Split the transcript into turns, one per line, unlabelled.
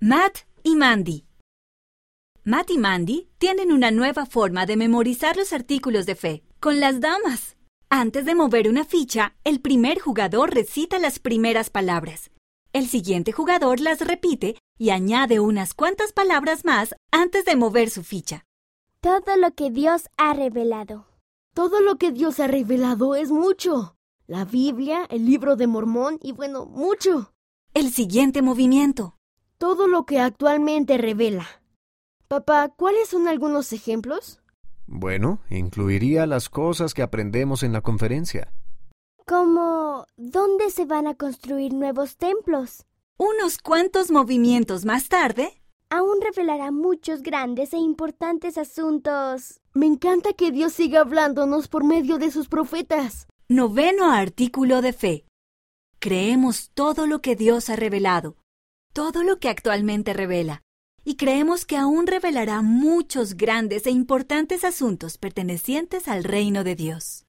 Matt y Mandy. Matt y Mandy tienen una nueva forma de memorizar los artículos de fe, con las damas. Antes de mover una ficha, el primer jugador recita las primeras palabras. El siguiente jugador las repite y añade unas cuantas palabras más antes de mover su ficha.
Todo lo que Dios ha revelado.
Todo lo que Dios ha revelado es mucho. La Biblia, el libro de Mormón y bueno, mucho.
El siguiente movimiento.
Todo lo que actualmente revela. Papá, ¿cuáles son algunos ejemplos?
Bueno, incluiría las cosas que aprendemos en la conferencia.
Como, ¿dónde se van a construir nuevos templos?
Unos cuantos movimientos más tarde,
Aún revelará muchos grandes e importantes asuntos.
Me encanta que Dios siga hablándonos por medio de sus profetas.
noveno artículo de fe. Creemos todo lo que Dios ha revelado, todo lo que actualmente revela, y creemos que aún revelará muchos grandes e importantes asuntos pertenecientes al reino de Dios.